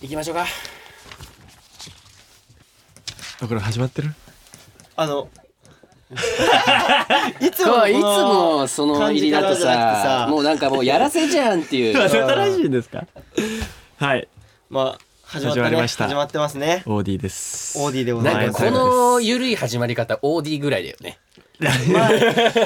行きましょうかこれ始ま ってる あのいつもこのういつもその入りだと感じからじゃなくさてさもうなんかもうやらせじゃんって いう新しいんですか はいまあ始まったね始まりました始まってますねオーディですオーディでございなんまかすこの緩い始まり方 OD ぐらいだよねまあい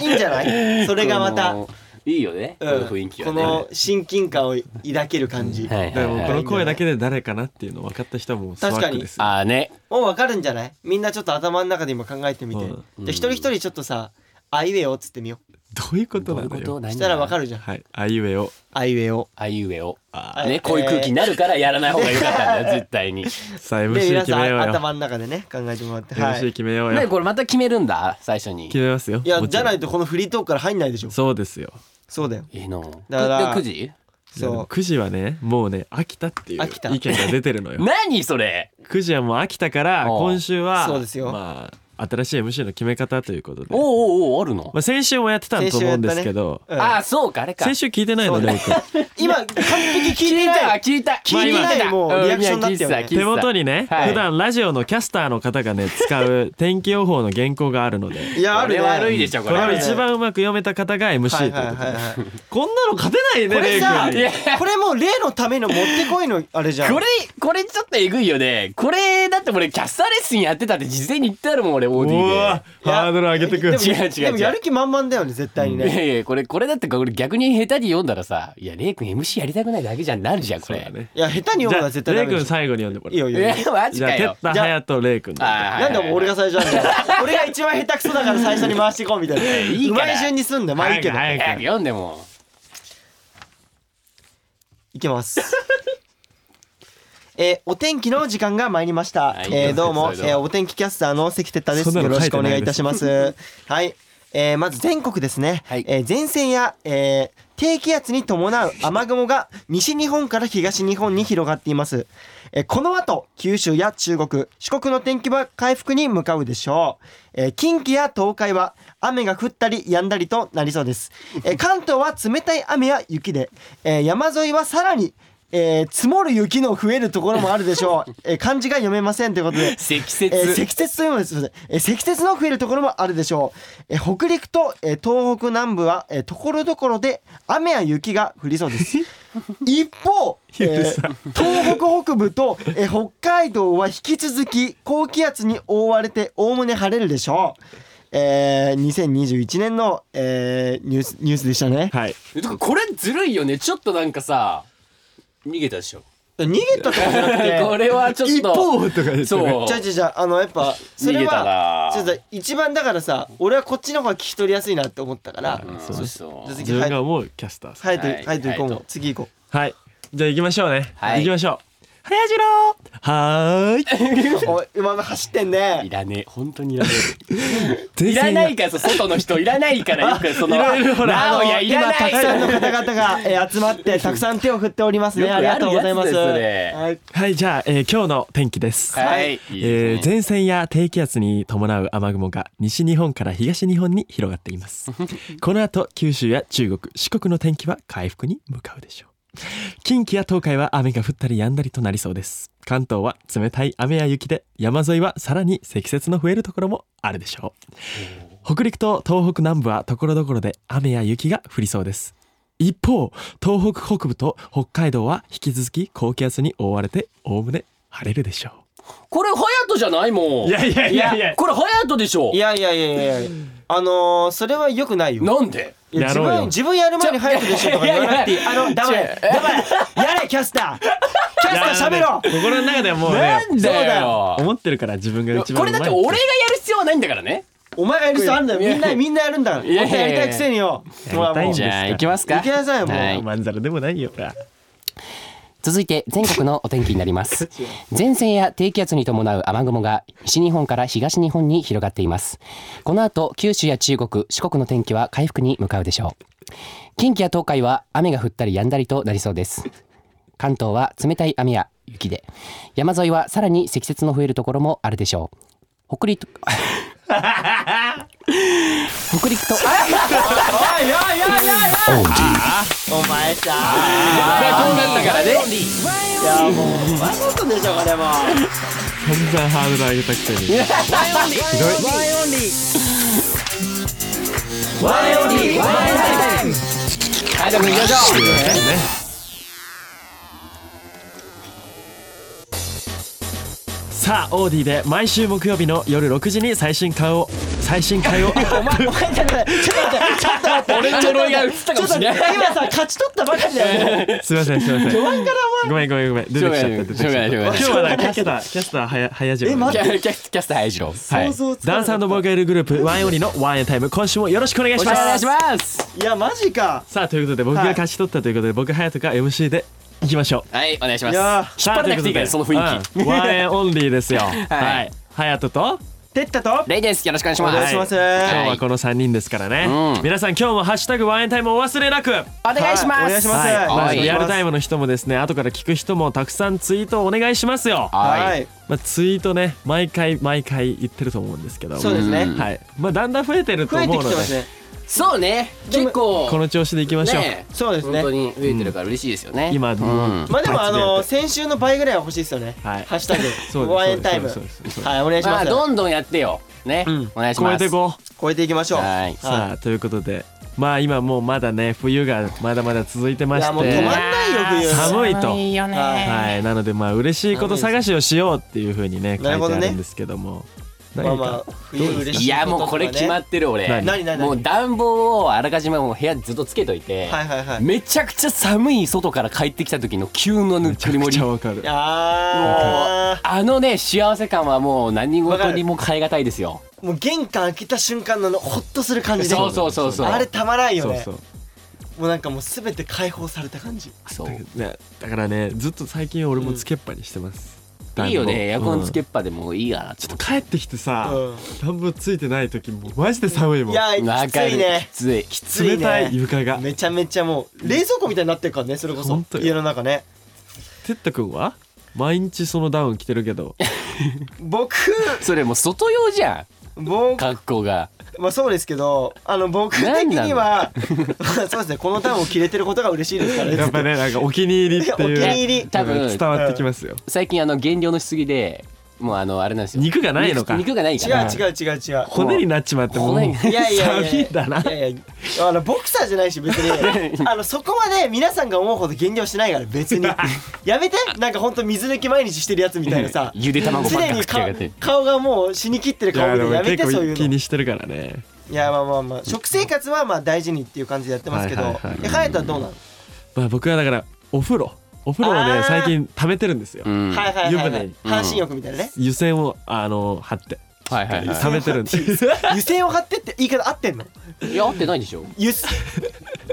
いんじ ゃないそれがまた、あうん、のいいよね、この雰囲気はこねの親近感を抱ける感じ、はいだからもうはこいの声だけで誰かなっていうの分かった人はもうスワックですよああねもうわかるんじゃないみんなちょっと頭の中で今考えてみて、うんじゃあ一人一人ちょっとさ「あいうえお」っつってみようどういうこどとうないのうこよと何したらわかるじゃんはいあいうえを「あいうえお「あいうえお」あはねいこういう空気になるからやらない方がよかったんだよ絶対 にーさあ」で MC 皆決さめようんよ頭の中でね考えてもらって、はい MC い決めようねよこれまた決めるんだ最初に決めますよやもちじろゃんないとこのフリートークから入んないでしょそうですよそうだよいいのだからく9時そう9時はねもうね飽きたっていう飽きた意見が出て るのよ何それ9時はもう飽きたからおう今週はそうですよまあ新しい MC の決め方ということでおうおうおうあるの、まあ先週もやってたと思うんですけどうんああそうかあれか先週聞いてないのね僕今完璧聞いて聞いいたたよ聞いた聞いてな聞いいたもうリアクションになって聞いたよたね聞いてた手元にねはい普段ラジオのキャスターの方がね使う 天気予報の原稿があるのでいやあこるれね悪いでしょここれれをは一番うまく読めた方が MC とはいいうこはいとはいではいこんなの勝てないねこれレさイ君いやこれもう例のための持ってこいのあれじゃんこれこれちょっとえぐいよねこれだって俺キャスターレッスンやってたって事前に言ってあるもん俺お OD おーハードル上げてくでるも違う違う違うでもやる気満々だよね絶対にでいねやいやこれこれだってこれ逆に下手に読んだらさいやレイ君 MC やりたくないだけじゃんなるじゃんこそうれだねいや下手にじ読むのゃはあ絶対ダレイメで君しょ最後に読んでもらいいよういいいよいいよやマジじゃあか哲よ太じゃあ隼人レイ君だあなんでもう俺が最初なんだよ 俺が一番下手くそだから最初に回していこうみたいないいからうまい順にすんだよまあいいけど早く早早くく読んでもいきます。えーお天気の時間が参りました。はいえーどうそも、れではえーお天気キャスターの関哲太でそんす。なよの書ろいしてくおない願いいたします。はい。えーまず全国ですね、はいえー前線や、えー低気圧に伴う雨雲が西日本から東日本に広がっています、えーこの後九州や中国四国の天気は回復に向かうでしょう、えー近畿や東海は雨が降ったり止んだりとなりそうです、えー関東は冷たい雨や雪で、えー山沿いはさらにえー積もる雪の増えるところもあるでしょう。えー漢字が読めませんということで。積え雪、ー積雪というのはすみません、えー積雪の増えるところもあるでしょう、えー北陸と、えー東北南部は、えーところどころで雨や雪が降りそうです 一方、えー東北北部と、えー北海道は引き続き高気圧に覆われておおむね晴れるでしょう、えー、2021年の、えーニュースニュースでしたねはいてかこれずるいよねちょっとなんかさ逃げたでしょ逃げたとかじゃなくて これはちょっと一方とか言ってそうねじゃあじゃあじゃああのやっぱそ逃れげたなはちょっと一番だからさ俺はこっちの方が聞き取りやすいなって思ったからうんそうですそうじゃあ次自は分いが思うキャスターさんハヤトはハいヤト行こうもはうい次行こはいじゃあ行きましょうねはい行きましょう早次郎はーいう おい今の走ってんいねらねえ本当にいらねえ 全いら然ないからさ外の人いらないからよくそのいろいろほらなおやいら今なたいくさんの方々がえー集ま ってたくさん手を振っておりますねよくああるりやがつとうございますですねはいはいじゃあ、えー今日の天気です、はい、えー前線や低気圧に伴う雨雲が西日本から東日本に広がっています この後九州や中国四国の天気は回復に向かうでしょう近畿や東海は雨が降ったり止んだりとなりそうです関東は冷たい雨や雪で山沿いはさらに積雪の増えるところもあるでしょう北陸と東北南部はところどころで雨や雪が降りそうです一方東北北部と北海道は引き続き高気圧に覆われておおむね晴れるでしょうこれハヤトじゃないもんいやいやいやいやこれハヤトでしょいやいやいやいやあのーそれは良くないよなんでいやや自ろうよ分自分やる前にハヤトでしょとか言わなくていいちょあのちダメょダメやれキャスターキャスター喋ろう心の中ではもうねなんだよ思ってるから自分が一番これだってうまい俺がやる必要はないんだからねお前がいる人あんだよいやみんなみんなやるんだからいややいやいややりたいくせによやりたいんだほじらもゃあ行きますか行きなさいよもうおまんざらでもないよほら続いて全国のお天気になります前線や低気圧に伴う雨雲が西日本から東日本に広がっていますこの後九州や中国四国の天気は回復に向かうでしょう近畿や東海は雨が降ったり止んだりとなりそうです関東は冷たい雨や 雪で山沿いはさらに積雪の増えるところもあるでしょう北陸北陸とおいやいやいやいやオンリーお前そさうなったからねいやもうワイオンリーでしょこれも散々ハードル上げたくてねワイオンリーワイオンリーワイオンリーはいどうも行きましょうさあオーディで毎週木曜日の夜6時に最新回を最新回をお前お前ちょっと待ってちょっと待ってちょっと待って俺の呪いが映ったかもしれないちょっと待って今さ勝ち取ったばかりだよもうすいませんすいませんごめんごめんごめん出てきちゃった出てきちゃったしょうが今ない日しょはなキャスターキャスターはや早じえ待キっャキャスキャスター林郎はい想像つかダなンかったスボーカルグループワンオリのワンエンタイム今週もよろしくお願いしお願まいすしますいやマジかさあということで僕が勝ち取ったということで僕隼人が MC でいきましょうはいお願いしますい引やっ張んなくていいからその雰囲気気、うんワンエンオンリーですよはい隼人、とてったとレイですよろしくお願いしおます願いします今い日はこの3人ですからね、うん皆さん今日も「ハッシュタグワンエンタイム」お忘れなくお願いしますはいお願いしますはいまあはいリアルタイムの人もですね後から聞く人もたくさんツイートをお願いしますよ、ははいいまあ、ツイートね毎回毎回言ってると思うんですけどそうですねはいまあ、だんだん増えてると増えて思うきのてでますねそうねでも結構この調子でいきましょう、ねそうです本ね当に増えてるから嬉しいですよね今うんまあでもあの一発先週の倍ぐらいは欲しいですよねはいハッシュ タそうグですワイエンタイムそうですそうですそうですはいお願いしままあすどんどんやってよねうんお願いし超まえてすいこう超えていきましょうはいさあということでまあ今もうまだね冬がまだまだ続いていましやてもう止まんないよ冬寒いと寒いよねはい、なのでまあ嬉しいこと探しをしようっていうふうにね書いなるほてどあねるんですけどもまあまあ冬嬉 しいいやもうこれ決まっってる俺何何何もう暖房をあらかじめもう部屋にずっとつけといて、はいはいはいめちゃくちゃ寒い外から帰ってきた時の急のぬくも めちりゃわかるああのね幸せ感はもう何事にも変えがたいですよーもう玄関開けた瞬間のあのホッとする感じねそうそうそうそうあれたまらんよそうねそうもうなんかもうすべて解放された感じそうねだからねずっと最近俺もつけっぱにしてます、暖房いいよねエアコンつけうんっぱでもいいからちちょょっっと帰ってきてさ、うん暖房ついてない時もうマジで寒いもんいやときついねきついきつ冷いたいね床がめちゃめちゃもう冷蔵庫みたいになってるからねそれこほそんとよ家の中ねてったくんは毎日そのダウン着てるけ ど僕それもう外用じゃん僕格好がまあそうですけどあの僕的にはまあ そうですねこのターンを着れてることが嬉しいですからやっぱねなんかお気に入りってい お気に入うり多分伝わってきますよ、最近あの減量のしすぎでもうあのあれなんですよ肉がないのか肉肉がない違かうら違う違う違う骨になっちまってもう骨にいやいやいや寒いんだないやいやあのボクサーじゃないし別にあのそこまで皆さんが思うほど減量しないから別にやめてなんかほんと水抜き毎日してるやつみたいなさゆで卵ばっか食常っにてやがっ顔て顔がもう死に切ってるいや顔ででもやめて結そうい構う気のにしてるからねいやまあまあまあ食生活はまあ大事にっていう感じでやってますけどはいはいはいえハヤトはどうなのまあ僕はだからお風呂お風呂をあねー最近溜めてるんですよ、うんはいはいはいは湯い船半身浴みたいなね湯煎をあの張ってはいはいは溜めてるんです湯煎を張ってって言い方合ってんのいいや合ってないでしょ湯煎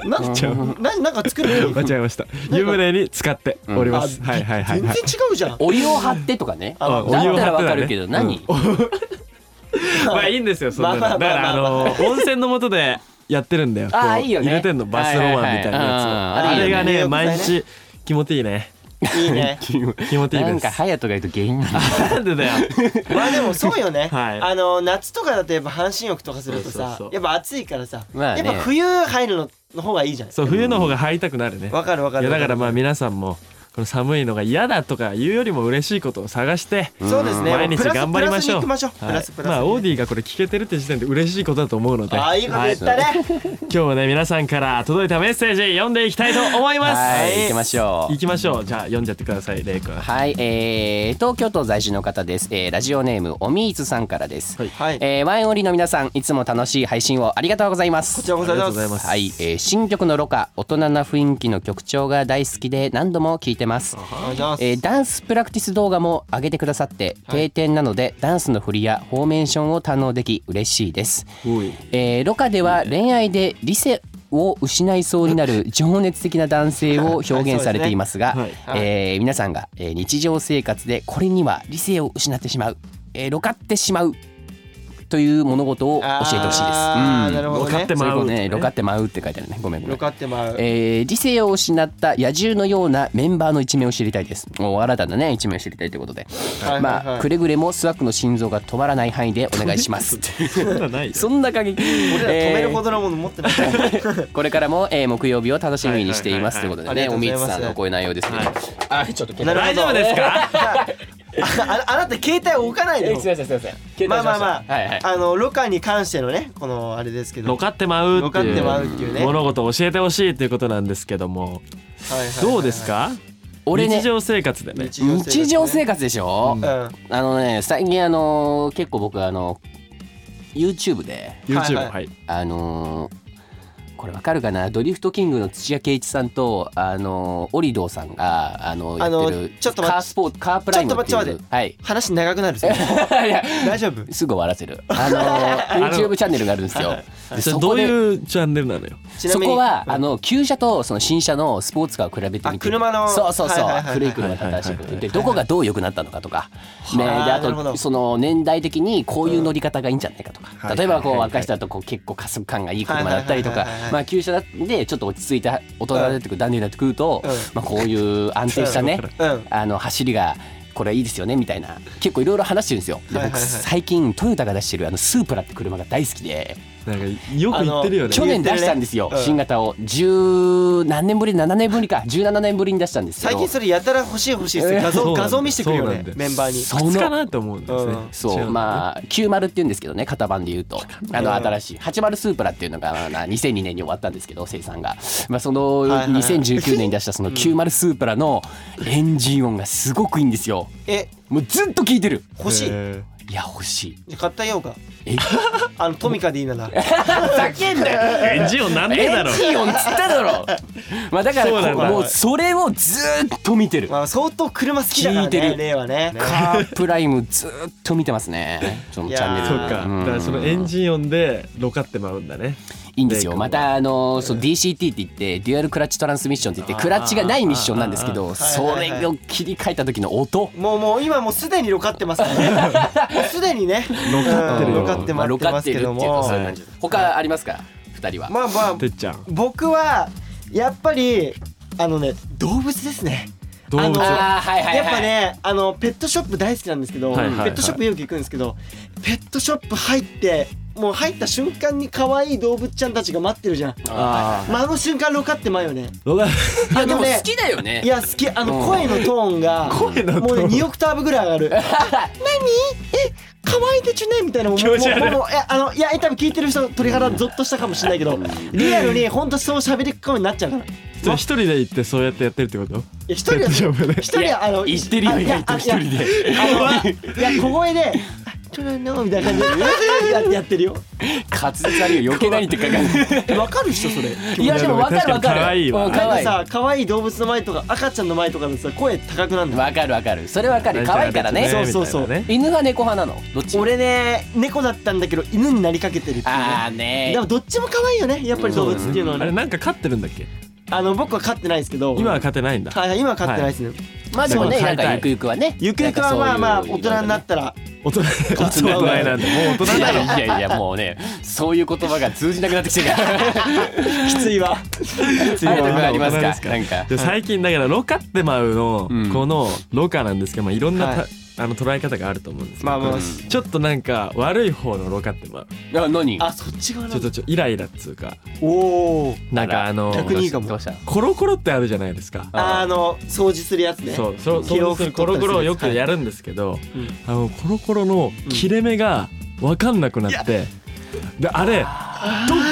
なうんんちゃななんか作る間違えました湯船に使っております、うんはいはいはい全然はい違うじゃんお湯を張ってとかねああだったらわかるけど、お湯を張って何、たねうんまあいいんですよそんなの、まあまあだまかあらまああまあの温泉の元でやってるんだよあーこういいよね入れてんのバスロマンみたいなやつを、はいはいはいうんああれいいれよねがね入浴剤ね毎日気持ちいいねいいね気持ちいいなんでかすハヤトがいると原因なんでだよまあでもそうよね、はいあの夏とかだとやっぱ半身浴とかするとそうそさうそうやっぱ暑いからさ、まあねやっぱ冬入るのの方がいいじゃんそう冬の方が入りたくなるねわかるわかいるやだからまあわ皆さんもこの寒いのが嫌だとかいうよりも嬉しいことを探してるそうですね毎日プラス頑張りましょう。プラスに行きましょう、はいプラスプラスまあオーディがこれ聞けてるって時点で嬉しいことだと思うので、ああいいこと言ったね、今日はね皆さんから届いたメッセージ読んでいきたいと思います。はい行きましょう行きましょう。じゃあ読んじゃってくださいレイ君。はい、えー、東京都在住の方です、えー、ラジオネームおみーつさんからです、はいはいえーワインオリの皆さんいつも楽しい配信をありがとうございますこちらこそありがとうございますはい、えー、新曲のロカ大人な雰囲気の曲調が大好きで何度も聴いてますありがとうございえまーダンスプラクティス動画も上げてくださって、定点なのでダンスの振りやフォーメーションを堪能でき嬉しいです、おいえーロカでは恋愛で理性を失いそうになる情熱的な男性を表現されていますがはいはいえー皆さんが、えー日常生活でこれには理性を失ってしまう、えーロカってしまうという物事を教えてほしいです。あーなるほどねわかってまそれ舞うもってねね、ろかって舞うって書いてあるね。ごめんごめよん。かってまうえー理性を失った野獣のようなメンバーの一面を知りたいです。もう新たなね一面を知りたいということで、はいはいはいまあくれぐれもスワックの心臓が止まらない範囲でお願いします。そんなのないよそんな過激。俺ら止めるほどのもの持ってないこれからも、えー木曜日を楽しみにしていますとはいいこうはいとはでいね、あおりみがとつうございますさんのこういう内容ですけど、あちょっと なるほど大丈夫です かあああなた携帯置かないでよませんすいません。まあまあまあ、はいはい。あのロカに関してのねこのあれですけどのかってまうのってかっいてうまうっていうね物事を教えてほしいっていうことなんですけどもはいはいはいはいどうですか俺ね日常生活でね日常日常生活活でしょ。ねうんあのね最近あのー結構僕あの YouTube で YouTube はいはいはいあのーこれわかるかなドリフトキングの土屋圭一さんとあのーオリドーさんがあのやあのってるちょっと待っカースポーツカープライムってちょっと待いっうてはい話長くなるぞ いや大丈夫すぐ終わらせ るあのー YouTube チャンネルがあるんですよでそれそどこうでいうチャンネルなのよちなそみにこはあの旧車とその新車のスポーツカーを比べてみてあ車のそうそうそうはいはいはいはい古い車と新しい車でどこがどう良くなったのかとかねではああなるほとどその年代的にこういう乗り方がいいんじゃないかとかうん例えばこはういはい若はいはいい人だとこう結構加速感がいい車だったりとはかいはいはいはいはいまあ旧車だでちょっと落ち着いて大人になってくる男女になってくるとうんまあこういう安定したねうんうんあの走りがこれいいですよねみたいな結構いろいろ話してるんですよではいは僕いはい最近トヨタが出してるあのスープラって車が大好きでなんかよく言ってるよね去年出したんですよ、うん新型を十何年ぶり7年ぶりか17年ぶりに出したんですけ最ど近それやたら欲しい欲しいって画そうなん像だ画像見せてくるよそうなねんだメンバーにそ靴かのなと思うんですねうんそうあまあ90って言うんですけどね型番で言うとあのうん新しい80スープラっていうのがまあな2002年に終わったんですけど生産が、まあ、そのいはいはい2019年に出したその90スープラのエンジン音がすごくいいんですよえもうずっと聞いてる欲しいいや欲しいじゃあ買ってあげようかえ あのトミカでいい ならざけんなよエンジン音なんねえだろエンジン音っつっただろ まあだからそうなんこだもうそれをずっと見てる まあ相当車好きだから聞ねいてる例はねカープライムずーっと見てますね。そのチャンネル。そっか、うんだからそのエンジン音でろかってまうんだねいいんですよ。レイ君はまたあのーそう DCT って言ってデュアルクラッチトランスミッションって言ってクラッチがないミッションなんですけど、あーあーそあーれを切り替えた時の音。もうもう今もうすでにロカってますからねもうすでにねロカってるよロカってままあっロてカまっすてけるっていどうともそういう感じです。他ありますか？二人は。まあまあてっちゃん僕はやっぱりあのね動物ですね動物あのああはいはいはい。やっぱ。ねあのペットショップ大好きなんですけど、はいはいはいペットショップよく行くんですけどペットショップ入ってもう入った瞬間に可愛い動物ちゃんたちが待ってるじゃん、あまあ、あの瞬間ロカってまうよねーろかいやでもあのね好きだよね。いや好きあうんの声のトーンが声のトーンもうね2オクターブぐらい上 がる何え可愛いでちゅねみたいなもう気持ち悪いもうもうもういやあのいや多分聞いてる人鳥肌ゾッとしたかもしれないけどリアルに本当そう喋り込みになっちゃうからいそれ一人で行ってそうやってやってるってこと や一人は丈夫ね一人はあの言ってるよあ意いや外と一人で。あのいや小声であ「ちょっとの」みたいな感じでややってるよ滑舌あるよ余計何言ってるか分かんない。わかる人それいやでも分かる分確かかにる。可愛いわうんなん可か愛い。さ可愛い動物の前とか赤ちゃんの前とかのさ声高くなんだわかるわかる。それわかる。可愛いからね。そうそうそうみたいなね犬が猫派なの。どっち？俺ね猫だったんだけど犬になりかけてるっていうああねねでもどっちも可愛いよねやっぱり動物っていうのはあれねなんか飼ってるんだっけあの僕は飼ってないですけど今は飼ってないんだはいはい今は飼ってないですねまあでもねでもな変んえたいかゆくゆくはねゆくゆくはまあまあ大人になったたら大人 大人なんだもう大人いやだろいやいやいやもうねそういう言葉が通じなくなってきてるからき ついわついはないとこあります大か人ですかなんかで最近だからロカってまうの、うんこのロカなんですけど、まあ、いろんなた、はあの捉え方があると思うんですけど、まあまあちょっとなんか悪い方のロカってまうあ何あそっち側ちなょんっだとちょイライラっつうかおおなんかあの逆にいいかもどうしたコロコロってあるじゃないですかあーあの掃除するやつねそうそう気そうをする振っコとったりするロコロをよくやるんですけど、いうんあのコロコロの切れ目が分かんなくなって、であれど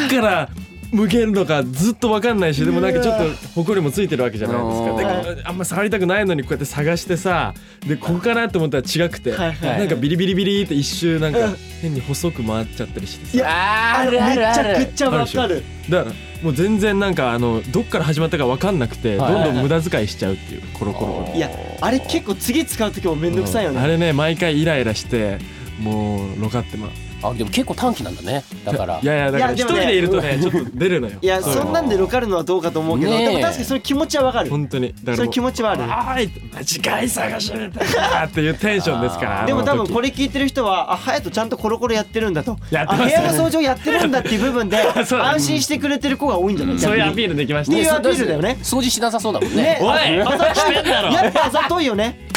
っから向けるのかずっと分かんないしでもなんかちょっとほこりもついてるわけじゃないですかであんま触りたくないのにこうやって探してさでここかなと思ったら違くて、はいはいなんかビリビリビリって一周なんか変に細く回っちゃったりしていさやああーあのるあめちるあゃくるちゃわかるだからもう全然なんかあのどっから始まったか分かんなくてはどいんはいはいどん無駄遣いしちゃうっていうコロコロを。あーいやあれ結構次使う時もめんどくさいようんあねれね毎回イライラしてもうろかってまあでも結構短期なんだねだ からいやいやだからい一やでも人ねでいるとねちょっと出るのよいやそういうそのんなんで抜かるのはどうかと思うけど、ねえでも確かにその気持ちはわかる本当にだそのもう気持ちはあるあーい間違い探しみたいなっていうテンションですからああでのも多分時これ聞いてる人はあ隼人ちゃんとコロコロやってるんだとやってますあ部屋の掃除をやってるんだっていう部分で そう安心してくれてる子が多いんじゃないそういうア逆にピールできましいたやアピールだよね掃除しなさそうだもんねねおいあざしてんだろやっぱあざといよね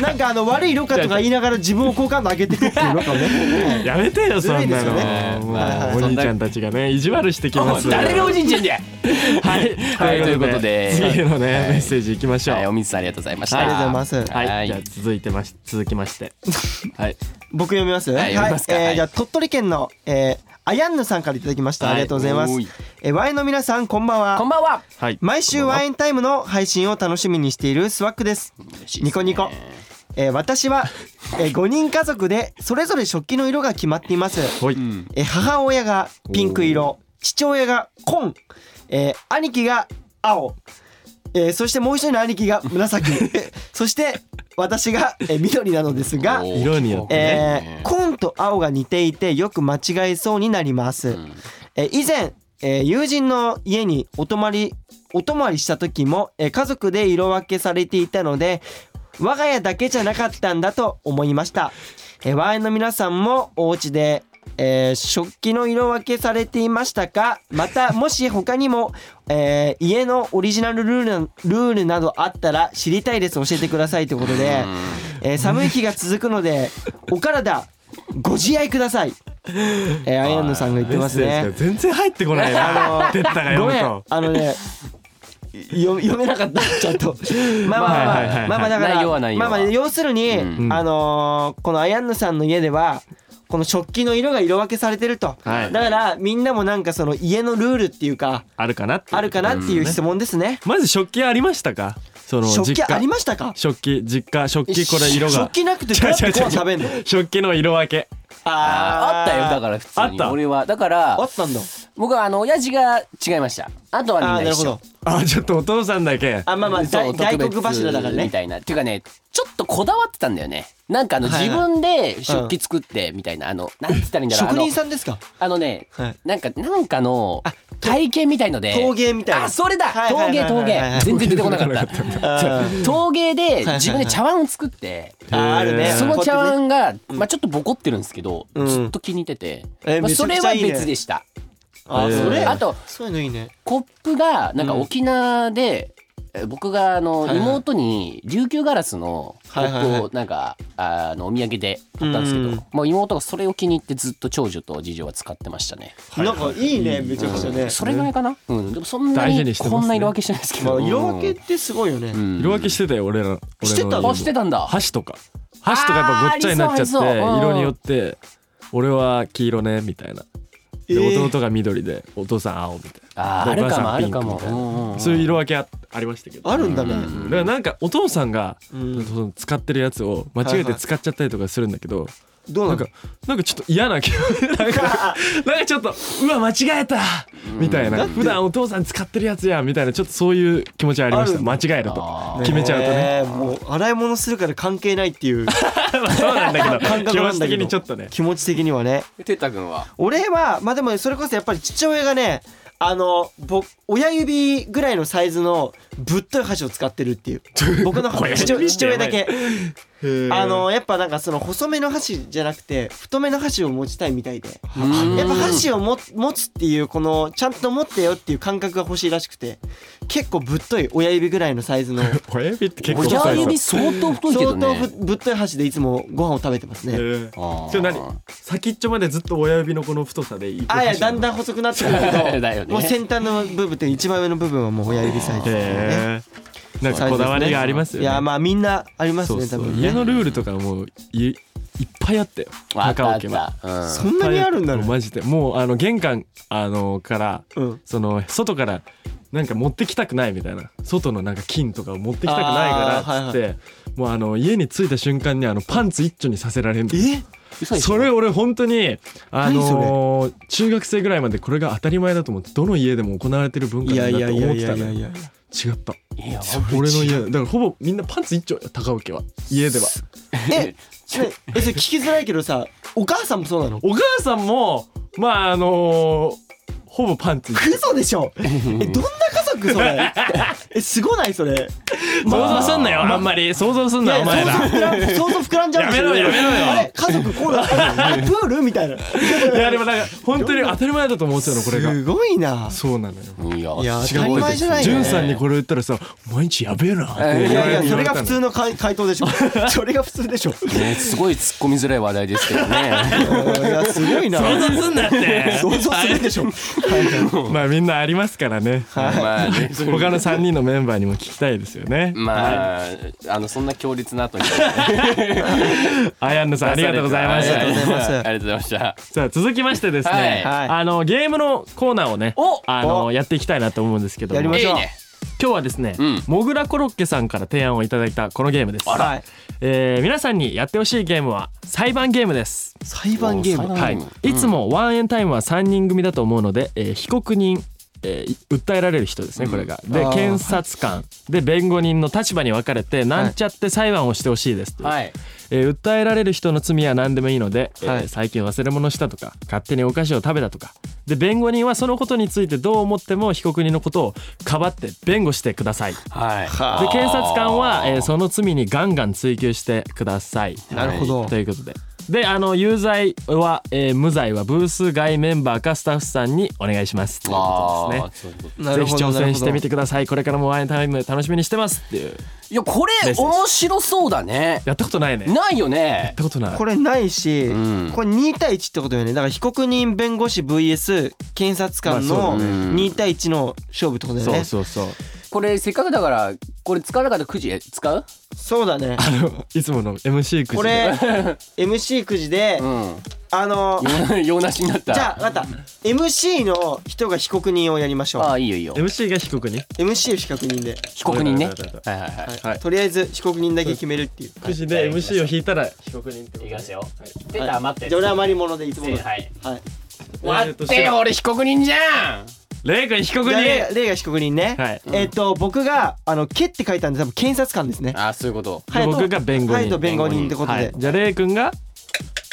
なんかあの悪いろかとか言いながら自分を好感度上げてるっていうのかもねやめてよそんずるいでなすよの、ねもうはいはいはいお兄ちゃんたちがね意地悪してきます誰がおじいちゃんじゃはい、はいということで次のね、メッセージいきましょう。はい、はお水さんありがとうございました。ありがとうございますい、はいじゃあ続いてまし続きまして、はい、僕読みますはい読みますかえーはいじゃあ鳥取県のえーあやんぬさんからいただきました、はいありがとうございますおーいえーワインの皆さんこんばんはこんばんは。はい、毎週ワインタイムの配信を楽しみにしているスワックですニコニコえー私は、えー、5人家族でそれぞれ食器の色が決まっています、ほい、うん。えー母親がピンク色父親が紺、えー兄貴が青、えーそしてもう一人の兄貴が紫そして私が、えー緑なのですがおー色によってえー、紺と青が似ていてよく間違えそうになります、えー以前、えー友人の家にお泊まりお泊まりした時も、えー家族で色分けされていたので我が家だけじゃなかったんだと思いました、えー、ワインの皆さんもお家でえー食器の色分けされていましたかまたもし他にも、えー家のオリジナルルールなルールなどあったら知りたいです教えてくださいということで、えー寒い日が続くのでお体ご自愛ください、えー、アイアンヌさんが言ってますメッセーねジが全然入ってこないな。てったが読ごむめんと。あのね読読めなかったちゃんと まあまあまはいはいはいはあいまあまあだから内容は内容まはあまあ要するに、うんあのーこのアイアンヌさんの家ではこの食器の色が色分けされてると、はいだからみんなもなんかその家のルールっていうかあるかなっていうあるかなっていう質問ですね、まず食器ありましたか。その食器実家ありましたか食器実家食器これ色が食器なくてどうやってご飯食べんの食器の色分け。ああったよだらから普通にあった俺はだかあらったんだ僕はあの親父が違いましたあとはみんあーななる一ほ緒どあちょっとお父さんだけ。あまあまあそ大う大特黒別柱だからねみたいなっていうかねちょっとこだわってたんだよねなんかあのはい自はい分で食器作ってみたいなあのなんて言ったらいいんだろう職人んさんですかあのねはいなんかなんかのあ体験みたいので陶芸みたいなあそれだはい陶はいはい芸はい陶は芸い全然出てこな かったあー陶芸でいはい自分で茶碗を作ってあーあるねへーその茶こ碗が、まあ、ちょっとボコってるんですけど、うんずっと気に入ってて、えーまあ、めちそゃくれちゃはいいね別でした、うやってねあーそれあとそういうのいいねコップがなんかうん沖縄で、えー僕があのはいはい妹に琉球ガラスのコはいはいッはいプをなんかああのお土産で買ったんですけど、うんまあ、妹がそれを気に入ってずっと長女と次女は使ってましたね、なんかいいねめちゃくちゃねそれぐらいかな、うん、でもそんな大に事にしてますねこんな色分けしてないですけまど、あ色分けっけ、てすごいよねうん、色分けしてたよ俺ら。俺のしてたのあしてたんだ箸とか箸とかやっぱごっちゃになっちゃってあーありそうありそううん色によって俺は黄色ねみたいなでえー弟が緑でお父さん青みたいあーなあでるお母かさもんあピるンクかみもたいうんうんうんなそういう色分けあありましたけどあるんだねだからなんかお父さんがうんその使ってるやつを間違えて使っちゃったりとかするんだけどどうななんのかなんかちょっと嫌な気分なんかなんかちょっとうわ間違えたみたいな普段お父さん使ってるやつやみたいなちょっとそういう気持ちありましあたる間違えるあとー決めちゃうとねえーもう洗い物するから関係ないって いう そうなんだけ感ど、覚気な持んちだけど的にちょっとね。気持ち的にはねてったくんは俺はまあでもそれこそやっぱり父親がねあの僕親指ぐらいのサイズのぶっとい箸を使ってるっていう僕の親指父親父親だけああの、のやっぱなんかその細めの箸じゃなくて太めの箸を持ちたいみたいでうんやっぱ箸をも持つっていうこのちゃんと持ってよっていう感覚が欲しいらしくて結構ぶっとい親指ぐらいのサイズの親指って結構親細いぞ指。相当太いけ相ど当ねぶぶっとい箸でいつもご飯を食べてますねえーあーそれ何先っちょまでずっと親指のこの太さでいい。あいやだんだん細くなってくるけだよどねもう先端の部分って一番上の部分はもう親指サイズですねへーなんかこだわりがありますよいやね。まあみんなありますそうねそ多う分家ねのルールとかもういいっぱいあったよ。あった高あっ岡は。た、うんそんなにあるんだもうねマジで。もうあの玄関あのからうんその外からなんか持ってきたくないみたいな外のなんか金とかを持ってきたくないからっつって、もうあの家に着いた瞬間にあのパンツ一丁にさせられるんだよえ嘘でしょそれ俺本当にあ何のー中学生ぐらいまでこれが当たり前だと思ってどの家でも行われてる文化いやなんいだやといや思っいてやたいのやよいや違ったいや俺の家だからほぼみんなパンツ一丁よ高尾家は家ではえ、ねえ、それ聞きづらいけどさ、お母さんもそうなのお母さんもまああのーほぼパンツクソでしょえどんな家族それえすごないそれ想像すんなよあんまり想像すんいなやお前ら想像膨らん想像膨らんじゃうんですやめろやめろよあれ家族こうだったのプールみたいないやでもなんか本当に当たり前だと思ってたのこれがすごいなそうなのよいや違いやう当たり前じゃないジよュンねさんにこれ言ったらさ毎日やべえなっていい言わやいれやそ言われがた普の通の回回答で しょそれが普通でしょねすごい突っ込みづらい話題ですけどねいやすごいな想像すんなって想像するでしょはいまあみんなありますからねまあね他の3人のメンバーにも聞きたいですよねまああのそんな強烈な後にあアヤンヌさんありがとうございましありがとうござたいますありがとうございましたさあ続きましてですね、はいあのゲームのコーナーをねおあのおやっていきたいなと思うんですけどもやりま今しょいういね日はですね、うんもぐらコロッケさんから提案をいただいたこのゲームですはいえー皆さんにやってほしいゲームは裁判ゲームです、裁判ゲームお裁判はいうん、いつもワンエンタイムは3人組だと思うので、えー被告人えー訴えられる人ですねこれが、であー検察官で弁護人の立場に分かれてなんちゃって裁判をしてほしいですという、はいえー訴えられる人の罪は何でもいいので、えーはい最近忘れ物したとか勝手にお菓子を食べたとかで弁護人はそのことについてどう思っても被告人のことをかばって弁護してくださいはいはあで検察官は、えーその罪にガンガン追及してくださいなるほどということでであの有罪は、えー無罪はブース外メンバーかスタッフさんにお願いしますということですあーそねういうことなぜるひほど挑戦してみててくださいこれからもワインタイム楽しみにしてますっていういやこメれッセージ面白そうだねやったことないねやっないよねたことないこれないし、うんこれ2対1ってことよねだから被告人弁護士 VS 検察官まあのそうだね2対1の勝負ってことだよそねうそうそうこれせっかくだからこれ使わなかったらくじえ使う そうだねあのいつもの MC くじこれ MC くじで、うんあの用用なしになったじゃあまた MC の人が被告人をやりましょうああいいよいいよ MC が被告に MC 被告人で、被告人ねそうだそうだはいはいはいはいはいとりあえず被告人だけ決めるっていうくじで MC を引いたら被告人ってこといねきますよ。ペはいタ待って。じゃあ俺は余り物でいつものはいはい。待待っっててよよ、俺被告人じゃん。レイ君被告じゃあレ人イレイが被告人ね、はいえっ、と僕があの「け」って書いたんで多分検察官ですねあ、そういうこと。隼人僕が弁護人隼人弁護人ってことで、はいじゃあレイ君が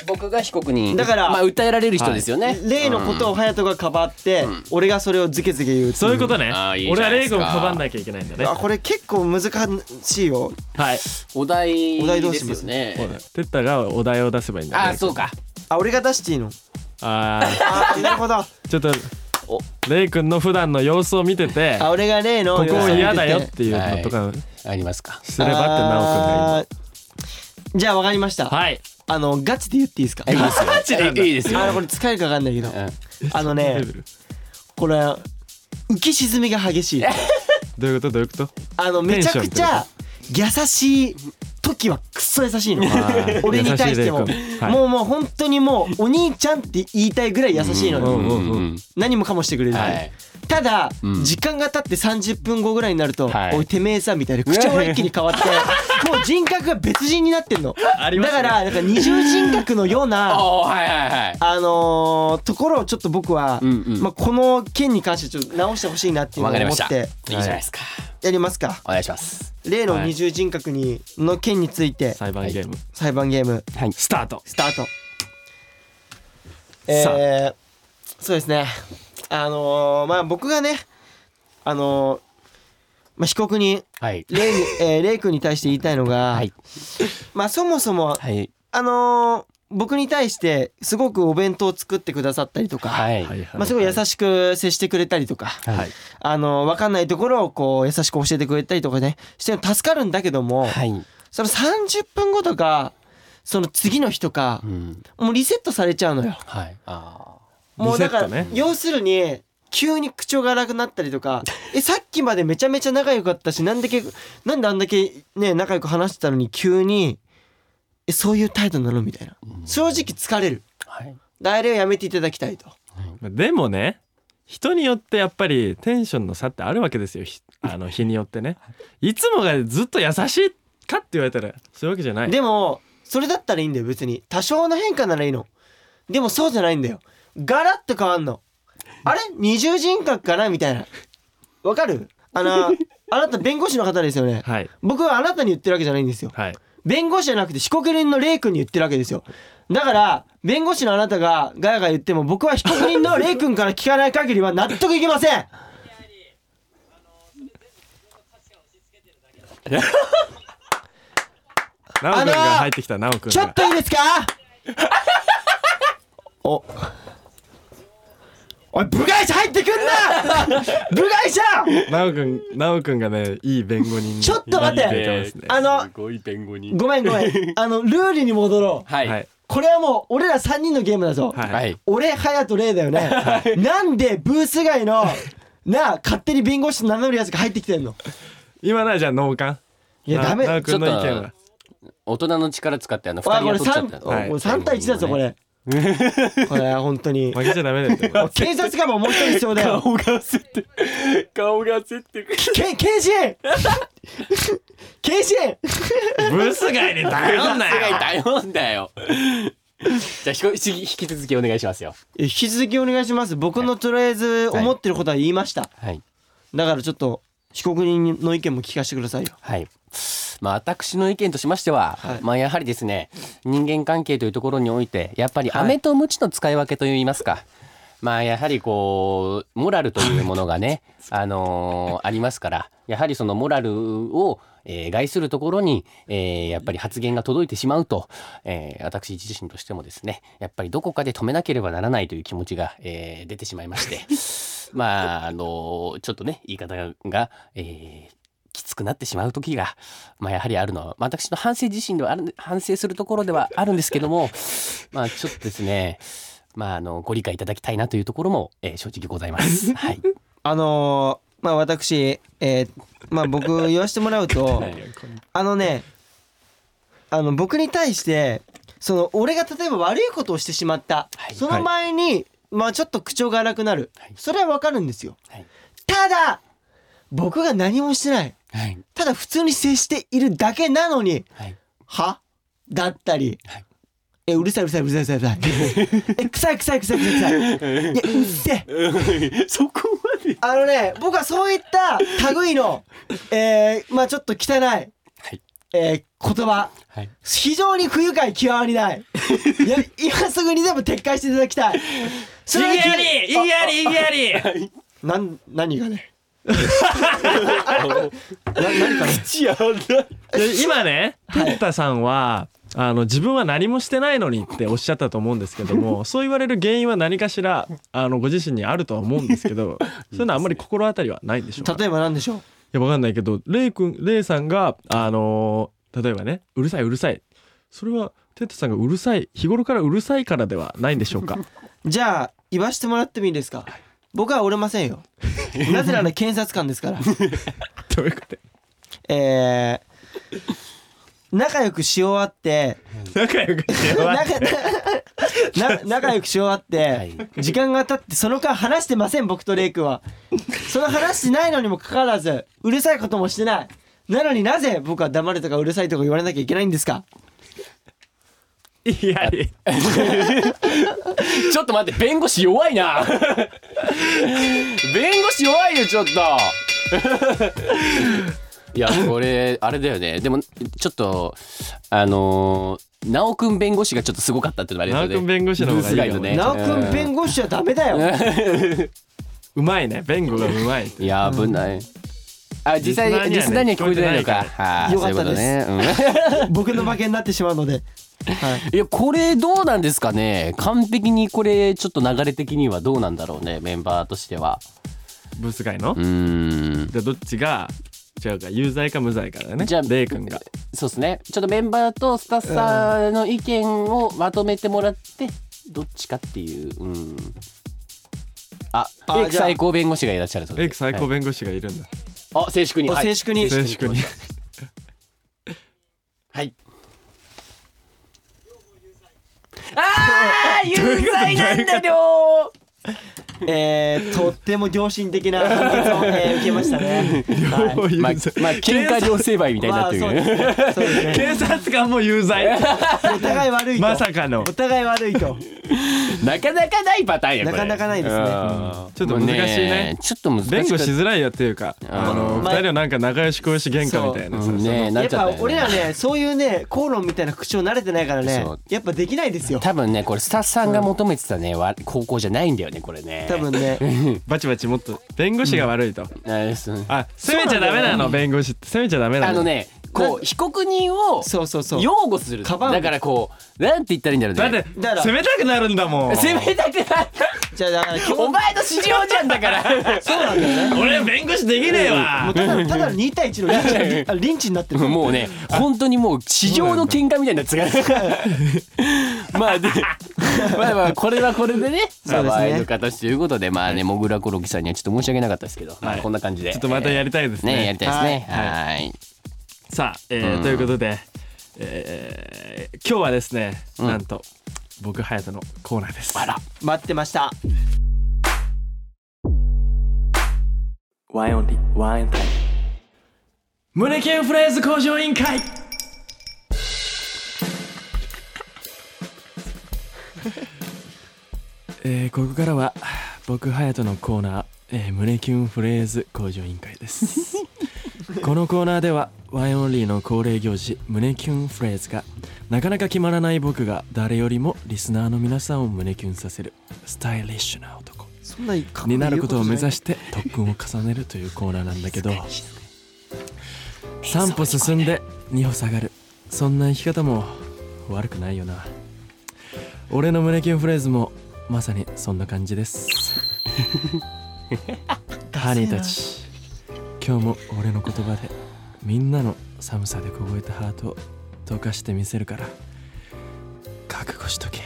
僕が被告人。だからまあ、訴えられる人ですよね。例のことを隼人がかばって、俺がそれをズケズケ言うってそういうことね、あーいいじゃ俺なはいでレイす君かをかばんなきゃいけないんだねあこれ結構難しいよはいお題。お題どうですしまよすね。テッタがお題を出せばいいんだあ、ねそうか。あ俺が出していいのああなるほどーちょっとレイ君の普段の様子を見ててあこ俺が例のこ嫌だよ様子を見ってていうのとかありますか。すればってなおあーじゃあわかりましくた、んが今はいあのガチで言っていいですかいいですよ。えいいですよ。あのこれ使えるかわかんないけどうんあのねこれ浮き沈みが激しいどういうことどういうことあのテンめシちョンゃくちゃ優しい時はくっそ優しいのー俺に対しても優しいレイ君はいもうもう本当にもうお兄ちゃんって言いたいぐらい優しいのうよんうんうんうん何もかもしてくれるはい。ただうん時間が経って30分後ぐらいになるとはい「おいてめえさ」みたいな口調が一気に変わって もう人格が別人になってんのありまだすねからなんか二重人格のよう なおーはいはいはい。あのーところをちょっと僕は、うんうんまあ、この件に関してちょっと直してほしいなっていうのをわかり思まっした。いていじゃないですか。やりますかお願いします。例のはい二重人格にの件について裁判ゲーム裁判ゲームはい。スタートスタートさあえー、そうですねあのーまあ僕がねあのーまあ、被告人はい。レイに、えー、レイ君に対して言いたいのが、はい。まあそもそもはい。あのー僕に対してすごくお弁当を作ってくださったりとか、はい。はいはいまあ、すごい優しく接してくれたりとか、はい。あの分かんないところをこう優しく教えてくれたりとかねして助かるんだけども、はい。その30分後とかその次の日とかう、ん。もうリセットされちゃうのよ。はい。あもうだから、リセットね要するに急に口調が荒くなったり とかえさっきまでめちゃめちゃ仲良かったしなんだけなんであんだけね仲良く話してたのに急にえそういう態度なのみたいな正直疲れるあ。はい。あれをやめていただきたいとまあでもね人によってやっぱりテンションの差ってあるわけですよひあの日によってねいつもがずっと優しいかって言われたらそういうわけじゃないでもそれだったらいいんだよ別に多少の変化ならいいのでもそうじゃないんだよガラッと変わんのあれ二重人格かなみたいなわかる あのあなた弁護士の方ですよねはい僕はあなたに言ってるわけじゃないんですよはい弁護士じゃなくて被告人のレイ君に言ってるわけですよだから弁護士のあなたがガヤガヤ言っても僕は被告人のレイ君から聞かない限りは納得いきませんナオ君が入ってきた、ナオ君ちょっが。といいですか おおい部外者入ってくんな部外者ナオ君、ナオ君がね、いい弁護人に。ちょっと待ってなてますねあのすごい弁護人ごめんごめんあのルールに戻ろうははい。これはもう俺ら3人のゲームだぞ、はい。はい。俺隼人レイだよねなんでブース外のなあ勝手に弁護士名乗るやつが入ってきてんの今ならじゃあ、脳幹。いやなダメナオちょ君っの意見とは。大人の力使ってあの二わ人これを取っちゃ三っこた。れはい3対1だぞこれこれ本当 に負けちゃダメだよでも。警察官ももう一人必要だよ顔が焦ってる顔が焦ってる け刑事刑事ブス外に頼んなよ。頼んだよ。じゃあひこ引き引き続きお願いしますよ。引き続きお願いします僕のとりあえず思ってることは言いました、はいだからちょっと被告人の意見も聞かせてくださいよはい。まあ私の意見としましては、はいまあやはりですね人間関係というところにおいてやっぱり飴と鞭の使い分けといいますか。まあやはりこうモラルというものが ね、あのーありますからやはりそのモラルを、えー害するところに、えーやっぱり発言が届いてしまうと、えー私自身としてもですねやっぱりどこかで止めなければならないという気持ちが、えー出てしまいまして まああのーちょっとね言い方が、えーきつくなってしまう時が、まあ、やはりあるのはまあ私の反省自身ではある反省するところでは あるんですけどもまあちょっとですねまあ、あのご理解いただきたいなというところも、えー正直ござい ます。はい、あのー、まあ私えー、まあ僕言わせてもら うと、あのねあの僕に対してその俺が例えば悪いことをしてしまった、はいその前に、まあちょっと口調が荒くなる、はいそれはわかるんですよはいただ僕が何もしてないはいただ普通に接しているだけなのにはいはだったり、はいえうるさいうるさいうるさいうるさいうるさいえ臭い臭い臭い臭い臭いいやうっせそこまであのね僕はそういった類のえー、まあちょっと汚い、えー言葉はい非常に不愉快極まりないいや今すぐにでも撤回していただきたいそれはきあり、意義あり。なん何がねな何かね口やらで今ね、テッタさんは、あの自分は何もしてないのにっておっしゃったと思うんですけどもそう言われる原因は何かしらあのご自身にあるとは思うんですけどそういうのはあんまり心当たりはないんでしょうかい例えば何でしょうやわかんないけどレイくんレイさんがあのー例えばねうるさいうるさいそれはテッタさんがうるさい日頃からうるさいからではないんでしょう かじゃあ言わしてもらってもいいですか僕は折れませんよなぜなら検察官ですからどういうことえー、仲良くし終 わって仲良くしては仲な仲良くし終わって、はい時間が経ってその間話してません僕とレイ君はその話してないのにもかかわらずうるさいこともしてないなのになぜ僕は黙れとかうるさいとか言われなきゃいけないんですかいやいやちょっと待って弁護士弱いな 弁護士弱いよちょっと いやこれあれだよねでもちょっとあのー、直くん弁護士がちょっとすごかったっていうのもあれ直ですよくんね弁護士の方ブーがスいガイいかドもねね直くん弁護士はダメだようまいね弁護がうまいいや危ない、あ実際リリススナナーには聞ーにはねこえてないのか聞こあーよかったですそういうことね、うん 僕の負けになってしまうので、はい、いやこれどうなんですかね完璧にこれちょっと流れ的にはどうなんだろうねメンバーとしてはブース外のうーんじゃあどっちが違うか有罪か無罪かだねじゃあレイ君がそうですねちょっとメンバーとスタッフさんの意見をまとめてもらってどっちかっていううんああレイクじゃあ最高弁護士がいらっしゃるそうレイでクす最高弁護士がいるんだ、はいあ静粛におはい静粛に、静粛にはい あー有罪なんだよえー、とっても良心的な判決を、えー受けまし たね。はいまあ、まあ、喧嘩両成敗みたいになってるまよね、あそうですねそうですね 警察官も有罪お互い悪いと。まさかのお互い悪いと。なかなかないパターンやこなれかなかないですね。うんちょっと難しいねもうちょっと難しい弁護しづらいよっていうかあのまあ二人はなんか仲良し恋し喧嘩みたいなうんねなやっっちゃぱったよ俺ねらね、そういうね、口論みたいな口調慣れてないからねそう、やっぱできない ですよ。多分ねこれスタッフさんが求めてたね、わ高校じゃないんだよねこれね多分ね、バチバチもっと弁護士が悪いとあれそうあ責めちゃダメなの弁護士って責めちゃダメなあののねこう被告人をそうそうそう。擁護するかばうだからこうなんて言ったらいいんだろうだっねてだから責めたくなるんだもん責めたくないじゃあだから基お本前の市場じゃんだからそうなんだよね。俺は弁護士できねえわもうただただ2対1のリンチにあリンチになってる。 もうね本当にもう市場の喧嘩みたいなやつがまあでまあまあこれはこれでねまそあうですね場合の形ということでまあねもぐらころきさんにはちょっと申し訳なかったですけど、まあこんな感じでちょっとまたやりたいですね,、ねやりたいですねはいはいはいさあ、えーということで、えー今日はですね、なんと僕隼人のコーナーですあら待ってました。ワイオンリーワインタイム胸キュンフレーズ向上委員会えーここからは僕隼人のコーナー、えー胸キュンフレーズ向上委員会ですこのコーナーではワインオンリーの恒例行事胸キュンフレーズがなかなか決まらない僕が誰よりもリスナーの皆さんを胸キュンさせるスタイリッシュな男そんな過去にになることを目指しして特訓を重ねるというコーナーなんだけど3歩進んで2歩下がるそんな生き方も悪くないよな俺の胸キュンフレーズもまさにそんな感じです ハニーたち今日も俺の言葉でみんなの寒さで凍えたハートを溶かしてみせるから覚悟しとけよ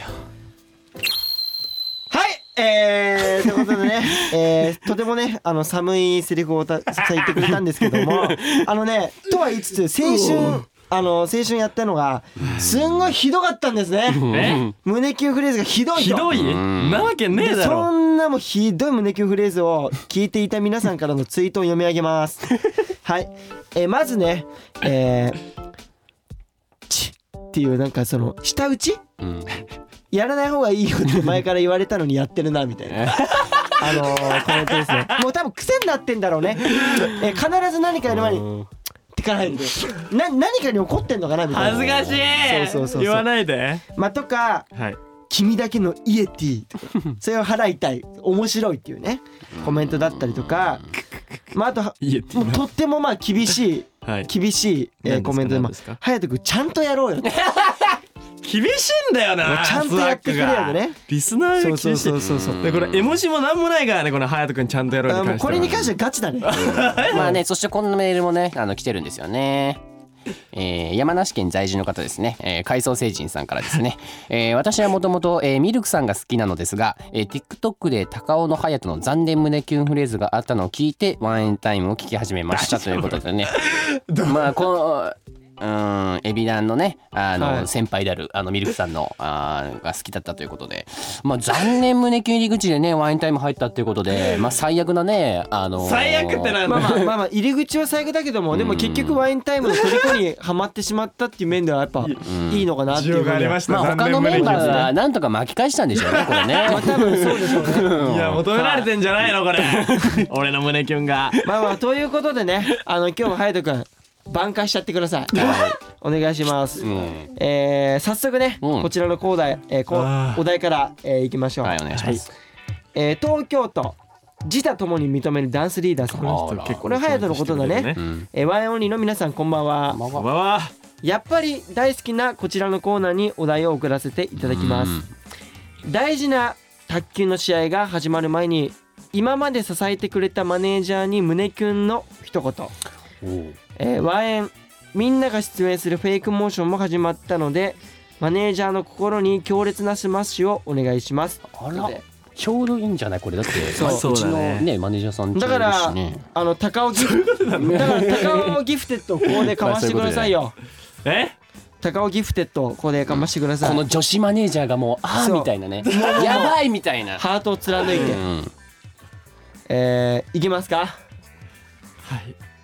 はいえー、ということでね、 えー、とてもね、あの、寒いセリフをたたくさん言ってくれたんですけども、あのね、とは言いつつ、青春、あの、青春やったのが、すんごいひどかったんですね。え胸キュンフレーズがひどいと。ひどいなわけねえでだそろんなもうひどい胸キュンフレーズを聞いていた皆さんからのツイートを読み上げます。 はい。えーまずね、えーチッっていうなんかその舌打ちうんやらない方がいいよ って前から言われたのにやってるなみたいな。あのー、コメントですね。もう多分癖になってんだろうね。えー必ず何かやる前に、ってかないんで。な、何かに怒ってんのかなみたいな。恥ずかしいそうそうそうそう言わないでまあ、とか、はい君だけのイエテ ィとかそれを払いたい面白いっていうねコメントだったりとかまああとはイエティもうとってもまあ厳しい はい厳しい、何でえーすかコメントでも何ですか隼人君ちゃんとやろうよって厳しいんだよなちゃんとやってくれよねスワッグがリスナーが厳しいそうそうそうそうそうでこれ絵文字もなんもないからねこの隼人君ちゃんとやろうあにもう関してこはれに関してはガチだねまあね、そしてこんなメールもね、あの来てるんですよね。えー山梨県在住の方ですね、えー、海藻星人さんからですね、 えー私はもともとえーミルクさんが好きなのですが、えー TikTok で高尾の隼人の残念胸キュンフレーズがあったのを聞いてワンエンタイムを聞き始めましたということでねまあこのうーんエビダンのねあの、はい先輩であるあのミルクさんのあーが好きだったということで、まあ、残念胸キュン入り口でねワインタイム入ったということで、まあ、最悪なね、あのー最悪ってなん まあまだあまあまあ入り口は最悪だけどもでも結局ワインタイムの虜にはまってしまったっていう面ではやっぱいいのかなってい需要うふうにがありましたまあ他のメンバーがなんとか巻き返したんでしょうねこれね。 まあ多分そうでしょうねいや求められてんじゃないのこれ 俺の胸キュンがまあまあということでねあの今日も隼人君挽回しちゃってくださいお願いします、うんえー早速ね、うんこちらのコーダー、えーこあーお題から、えーいきましょう、はいお願いします。えー東京都自他ともに認めるダンスリーダーさんあこられ隼人のことだねうん。えーワンエンオンリーの皆さんこんばんは、まあわまあわやっぱり大好きなこちらのコーナーにお題を送らせていただきます大事な卓球の試合が始まる前に今まで支えてくれたマネージャーに胸キュンの一言えー、ワンエンみんなが出演するフェイクモーションも始まったのでマネージャーの心に強烈なスマッシュをお願いしますあらちょうどいいんじゃないこれだって。うまあそうちだのねねマネージャーさんちょだうどいいからしね。あの高尾ギフテッド だから高尾ギフテッドをここでかましてくださいよえ高尾ギフテッドをここでかましてください、この女子マネージャーがもうああそうみたいなね。やばいみたいな。ハートを貫いて、うんえー、いきますかはい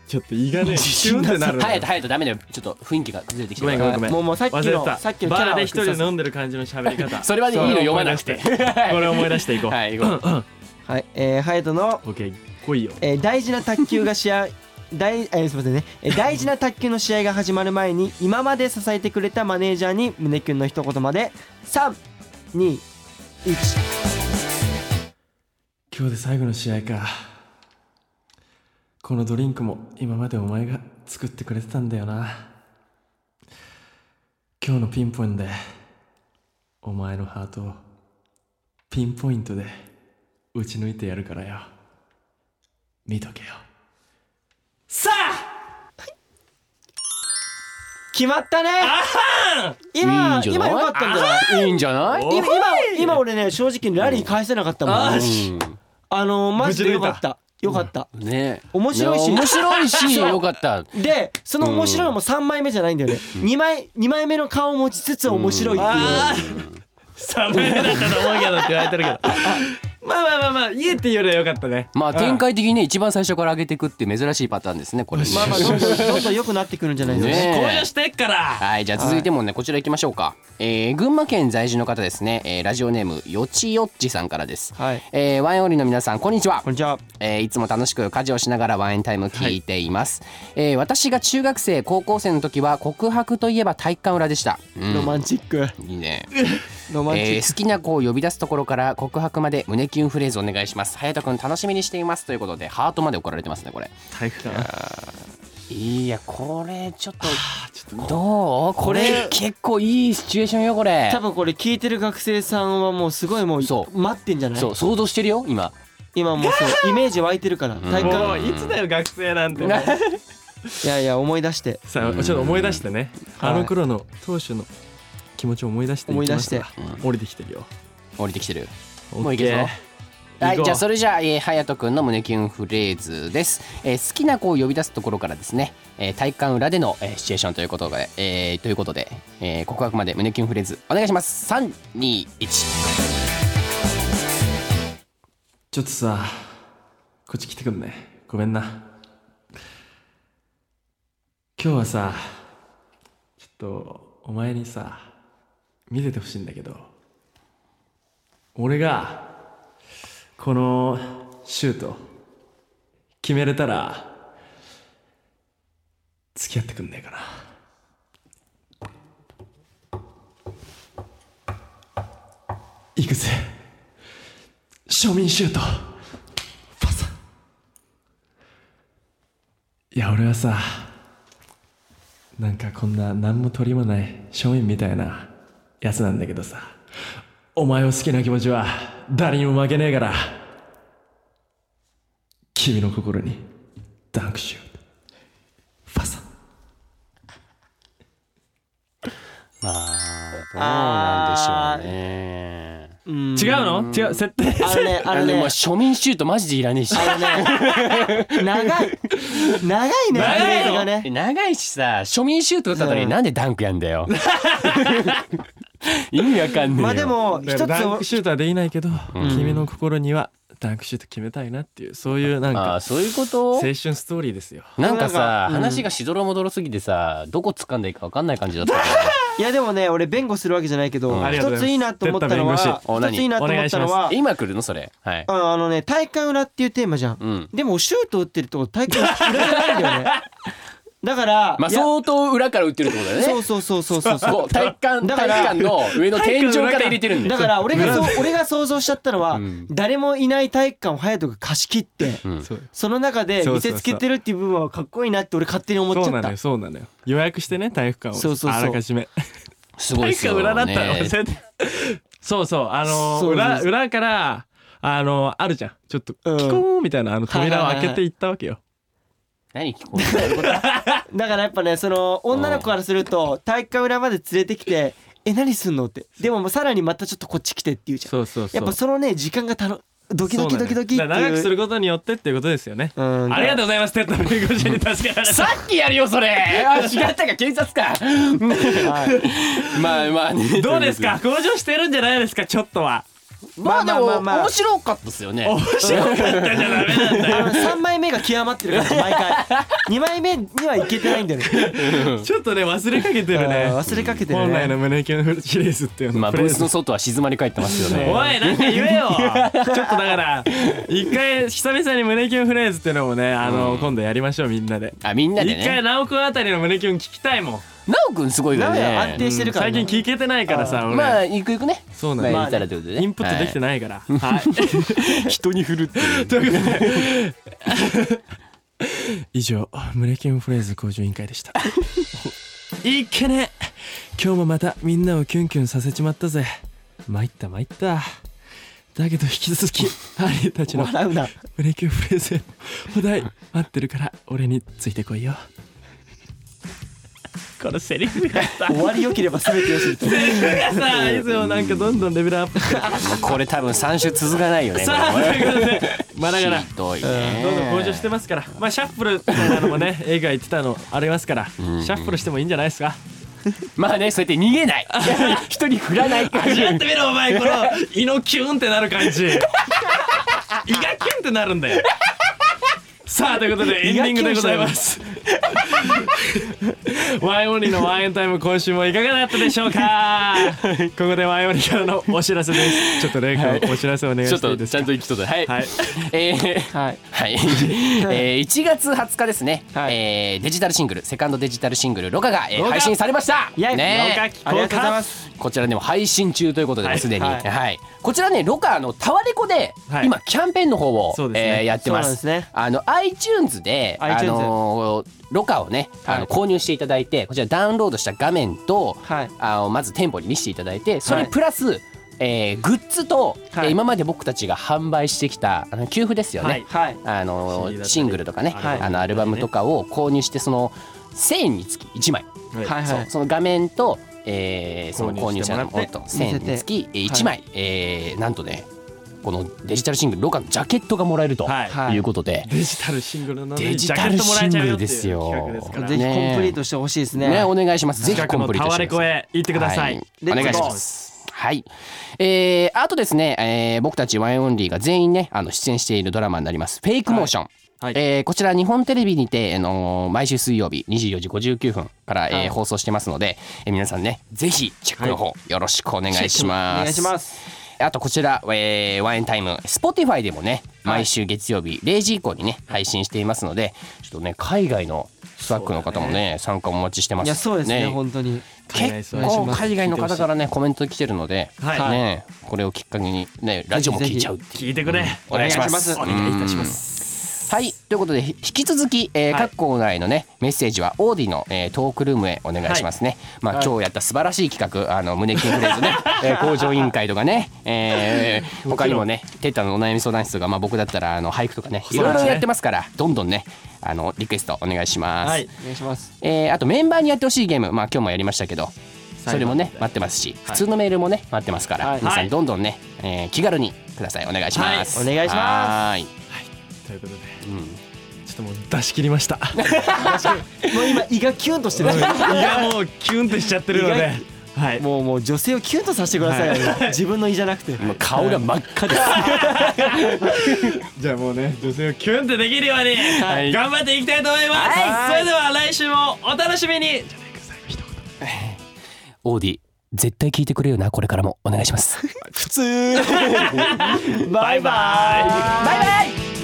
ちょっと胃がね自シュ信ンっなさてなるの早いと早いとダメだよちょっと雰囲気が崩れてきてごめんごめんごめんもうもうさっきの忘れてたさっきのキャラバはーで一人で飲んでる感じの喋り 方それはねいいの読まなくて これ思い出していこうはい行こうはい、えー、ハヤトの、オッケー来いよえー大事な卓球が試合 大えーすみませんね、えー大事な卓球の試合が始まる前に今まで支えてくれたマネージャーに胸キュンの一言まで321今日で最後の試合かこのドリンクも今までお前が作ってくれてたんだよな今日のピンポイントでお前のハートをピンポイントで打ち抜いてやるからよ見とけよさあ決まったね今いいんじゃ今ないよかったんじゃないいいんじゃない今今今俺ね正直ラリー返せなかったもん、あーあのー、マジでよかったよかった、うんね面白いしね面白いしよかったでその面白いのも3枚目じゃないんだよね、2枚2枚目の顔を持ちつつ面白いっていう、寒いだったと思うけどって言われてるけどま あまあまあまあ家っていうよりはよかったねまあ展開的にね一番最初から上げていくって珍しいパターンですねこれまあまあどんどんどんどん良くなってくるんじゃないですか、ね向上してっからはいじゃあ続いてもね、こちら行きましょうか、えー群馬県在住の方ですね、えーラジオネームよちよっちさんからです、はいえーワインオンリーの皆さんこんにちはこんにちはえーいつも楽しく家事をしながらワインタイム聞いています、えー私が中学生高校生の時は告白といえば体育館裏でした、うロん、マンチックいいね、ロマンチえッー好きな子を呼び出すところから告白まで胸キュンフレーズお願いします隼人君楽しみにしていますということでハートまで送られてますねこれ体育館いやこれちょっとどうこれれ結構いいシチュエーションよこれク多分これ聞いてる学生さんはもうすごいもうそう待ってんじゃないそう想像してるよ今今もうそうイメージ湧いてるから体感もういつだよ学生なんていやいや思い出してさあちょっと思い出してね、はいあの頃の当初の気持ちを思い出していきますわ思い出し降りてきてるよ降りてきてるももういけるぞは行こいうじゃあそれじゃあえー隼人君の胸キュンフレーズです、えー好きな子を呼び出すところからですね、えー体育館裏での、えーシチュエーションということで、えーということで、えー告白まで胸キュンフレーズお願いします321ちょっとさこっち来てくんねごめんな今日はさちょっとお前にさ見ててほしいんだけど俺がこのシュート決めれたら付き合ってくんねえかな行くぜ庶民シュートパサいや俺はさなんかこんな何も取りもない庶民みたいなやつなんだけどさお前を好きな気持ちは誰にも負けねえから君の心にダンクシュートパサどうなんでしょうねうん違うの違う設定あれ ねああのれね、まねあ、庶民シュートマジでいらねえしあの ね長い長いね長いのフレーズがね長いしさ庶民シュート打ったのにうんなんでダンクやん だよ意味わかんねえよまあでもだ一からダンクつシュートはできないけど、君の心にはダンクシュート決めたいなっていうそういうなんあかあそういうこと青春ストーリーですよなんかさなんかうん話がしどろもどろすぎてさどこ掴んでいいかわかんない感じだったよねいやでもね俺弁護するわけじゃないけどんありがとうございま一すついいなと思ったのは出た弁護士お一ついいなと思ったのはえ今来るのそれはいあのあのね体育館裏っていうテーマじゃんうんでもシュート打ってるとこ体育館裏じゃないんだよねだからまあいや相当裏から打ってるってことだよねそうそうそうそうそうそうこう体育館だか体ら育館の上の天井から入れてるんだだよから俺がそう俺が想像しちゃったのは、うん誰もいない体育館を隼人が貸し切って、うんそうその中で見せつけてるっていう部分はかっこいいなって俺勝手に思っちゃそうっなのたよそうなのよ予約してね体育館をそうそうそうあらかじめすごいっすよ体育館裏だったのね忘れてそうそうあのーそうそう裏そう裏からあのーあるじゃんちょっとうん聞こうみたいなあの扉を はいはいはい開けていったわけよ何聞こえてることだからやっぱねその女の子からすると体育館裏まで連れてきて「え何すんの?」ってでももうさらにまたちょっとこっち来てっていうじゃんそうそうそうやっぱそのね時間がたのドキドキドキドキってそうなのよだから長くすいうることによってっていうことですよねうんありがとうございますテッドの弁護士に助けられた さっきやるよそれあ違ったか警察かまあまあねどうですか向上してるんじゃないですかちょっとはまあでも、まあまあまあ面白かったですよね。あの3枚目が極まってるから毎回2枚目にはいけてないんだよねちょっとね忘れかけてるねあー忘れかけてる本来のね胸キュンシリーズっていうのまあプブレーゼンスの外は静まり返ってますよね。おいなんか言 えよちょっとだから一回久々に胸キュンフレーズってのもねあの、今度やりましょうみんなであみんなで一回ね。直くんあたりの胸キュン聞きたいもんなおくんすごいよなおや安定ね。してるから最ね近聞けてないからさ俺、まあゆくゆくね。そうなんだよ、まあ言ったらということでね。インプットできてなないからはい、人に振るっていうということで以上胸キュンフレーズ向上委員会で したいっけね今日もまたみんなをキュンキュンさせちまったぜ参った参っただけど引き続きハリーたちの笑うな胸キュンフレーズへのお題待ってるから俺についてこいよこのセリフがさ終わりよければ全てよしみたいなさいつもなんかどんどんレベルアップしてこれ多分三週続かないよね。さあこれということでまだひがらどいどんどんね。向上してますから、まあシャッフルみたいなのもね映画言ってたのありますから、シャッフルしてもいいんじゃないですか。まあねそうやって逃げない。一人振らない。味わってみろお前この胃のキュンってなる感じ。胃がキュンってなるんだよ。さあということでエンディングでございます。ワイオンリーのワイエンタイム今週もいかがだったでしょうか。ここでワイオンリーからのお知らせです。ちょっとレイ君お知らせお願いちょしっていいとですちか。ゃんと生きとった。はい。はい。えーはいはい、えー1月20日ですね、はいえーデジタルシングルセカンドデジタルシングル「ロカが、えーロカ配信されましたイエイねロカありがとうございますこちらでも配信中ということではもいうすでに、ははいいこちらねロカのタワレコで、はい今キャンペーンの方を、そうですねえーやってますそうなんですねあの iTunes で iTunes あのーロカをねあはのい購入していただいてこちらダウンロードした画面と、はいあのまず店舗に見せていただいてそれはいプラス、えーグッズと、はいえー今まで僕たちが販売してきたあの給付ですよね、はいはいあ CD だっのたりシングルとかね、はいあのアルバムとかを購入してその1000円につき1枚、はいはいそはういその画面と、えーその購入者の購入しもってとも1000円につき1枚、えーなんとねこのデジタルシングル「ロカ」のジャケットがもらえるとはいはいいうことで、デジタルシングルなのデにジジャケタルットもらシンえちゃグうよルっていでうすよ企画ですから。ぜひコねンプリートしてほしいですねねお願いしますぜひ近コくンプのリータトしワてレくだコさいへ行ってください。お願いします。はい、えー、あとですね、えー僕たちワインオンリーが全員ねあの出演しているドラマになります「フェイクモーション」はいえーこちら日本テレビにて、あのー毎週水曜日24時59分から、えーはい放送してますので、えー皆さんねぜひチェックの方よろしくお願いしまおす。願いしますあとこちら、えーワインタイム Spotify でもねはい毎週月曜日0時以降にね配信していますのでちょっとね海外のスタッフの方もね参加お待ちしてます。いやそうですね本当に結お願いし構ます海外の方からねコメント来てるので、はいねこれをきっかけにねラジオも聞いちゃうって聞いういてくれ。お願いしまお願いします。すお願いいたします。はいということでひ引き続き、えーはい各校内のねメッセージはオーディの、えートークルームへお願いしますね。まあ、今日やった素晴らしい企画あの胸キュンフレー ズね、えー向上委員会とかね、えー他にもねテッタのお悩み相談室とかまあ僕だったらあの俳句とかねいそうろでいすねろやってますからどんどんねあのリクエストお願いします。はい。お願いしますえーあとメンバーにやってほしいゲーム、まあ、今日もやりましたけど最後それもね待ってますし、普通のメールもね待ってますから、はい皆さはんいどんどんね、えー気軽にくださいお願いします、はいお願いしますはーいということで、んちょっともう出し切りま した。もう今胃がキュン としてるいやもうキュンってしちゃってるの意で外、はい。もうもう女性をキュンとさせてくださいよ、自分の胃じゃなくてもう顔が真っ赤です、じゃあもうね女性をキュンってできるように、い頑張っていきたいと思います。はいそれでは来週もお楽しみに。じゃないか最後一言オーディ絶対聞いてくれよなこれからもお願いします普通バイバイバイバイ